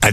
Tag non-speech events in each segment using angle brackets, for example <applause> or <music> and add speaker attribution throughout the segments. Speaker 1: À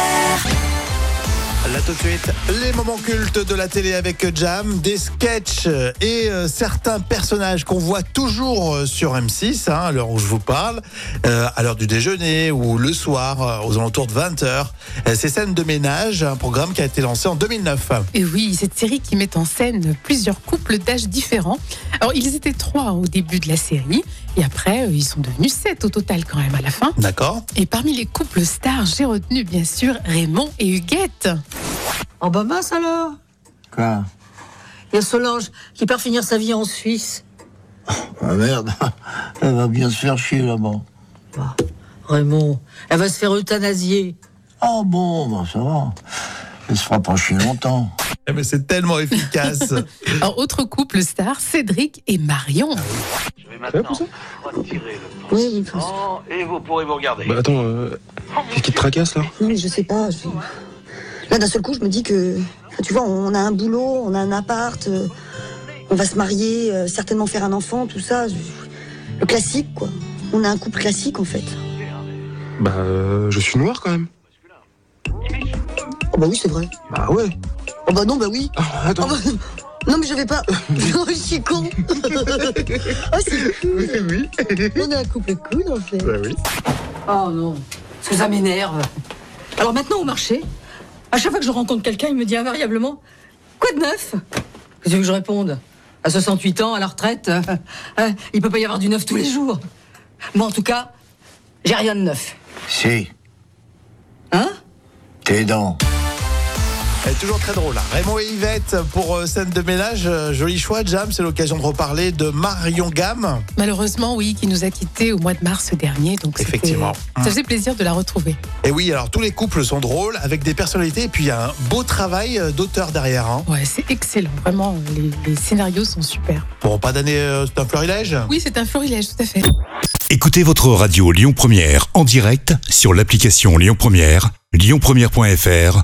Speaker 2: Là tout de suite, les moments cultes de la télé avec Jam, des sketchs et euh, certains personnages qu'on voit toujours euh, sur M6, hein, à l'heure où je vous parle, euh, à l'heure du déjeuner ou le soir, euh, aux alentours de 20h. Euh, ces scènes de ménage, un programme qui a été lancé en 2009.
Speaker 3: Et oui, cette série qui met en scène plusieurs couples d'âges différents. Alors, ils étaient trois au début de la série, et après, euh, ils sont devenus sept au total quand même à la fin.
Speaker 2: D'accord
Speaker 3: Et parmi les couples stars, j'ai retenu bien sûr Raymond et Huguette.
Speaker 4: En bas mince alors
Speaker 5: Quoi
Speaker 4: Il y a Solange qui part finir sa vie en Suisse.
Speaker 5: Ah merde, <laughs> elle va bien se faire chier là-bas.
Speaker 4: Bah, Raymond, elle va se faire euthanasier.
Speaker 5: Ah bon, bah ça va. Elle se fera pas chier longtemps.
Speaker 2: Eh, Mais c'est tellement efficace
Speaker 3: Alors, autre couple star, Cédric et Marion.
Speaker 6: Je vais maintenant retirer le pansement et vous pourrez vous regarder.
Speaker 7: Bah attends, euh, qu'est-ce qui te tracasse là
Speaker 8: Non, mais je sais pas. je- Là, d'un seul coup, je me dis que, enfin, tu vois, on a un boulot, on a un appart, euh, on va se marier, euh, certainement faire un enfant, tout ça. Je- Le classique, quoi. On a un couple classique, en fait.
Speaker 7: Bah euh, je suis noir quand même.
Speaker 8: Oh, Ah, bah oui, c'est vrai.
Speaker 7: Bah ouais.
Speaker 8: Oh, bah non, bah oui.
Speaker 7: Ah, attends.
Speaker 8: Oh, bah- Non, mais je
Speaker 4: <laughs>
Speaker 8: vais pas. Non, je suis con. oh, c'est cool.
Speaker 7: oui.
Speaker 8: On a un couple cool, en fait.
Speaker 7: Bah oui.
Speaker 4: Oh non, parce que ça m'énerve. Alors maintenant au marché, à chaque fois que je rencontre quelqu'un, il me dit invariablement Quoi de neuf Qu'est-ce que tu veux que je réponde À 68 ans, à la retraite, <laughs> euh, euh, il peut pas y avoir du neuf tous les jours. Moi en tout cas, j'ai rien de neuf.
Speaker 5: Si,
Speaker 4: Hein
Speaker 5: tes dents.
Speaker 2: Eh, Toujours très drôle. hein. Raymond et Yvette pour euh, scène de ménage, euh, joli choix Jam, c'est l'occasion de reparler de Marion Gamme.
Speaker 3: Malheureusement, oui, qui nous a quittés au mois de mars dernier. Donc c'était-
Speaker 2: Effectivement.
Speaker 3: Ça faisait plaisir de la retrouver.
Speaker 2: Et oui, alors tous les couples sont drôles, avec des personnalités, et puis il y a un beau travail euh, d'auteur derrière. hein.
Speaker 3: Ouais, c'est excellent. Vraiment, les, les scénarios sont super.
Speaker 2: Bon, pas d'année, euh, c'est un florilège
Speaker 3: Oui, c'est un florilège, tout à fait.
Speaker 1: Écoutez votre radio Lyon Première en direct sur l'application Lyon Première, lyonpremière.fr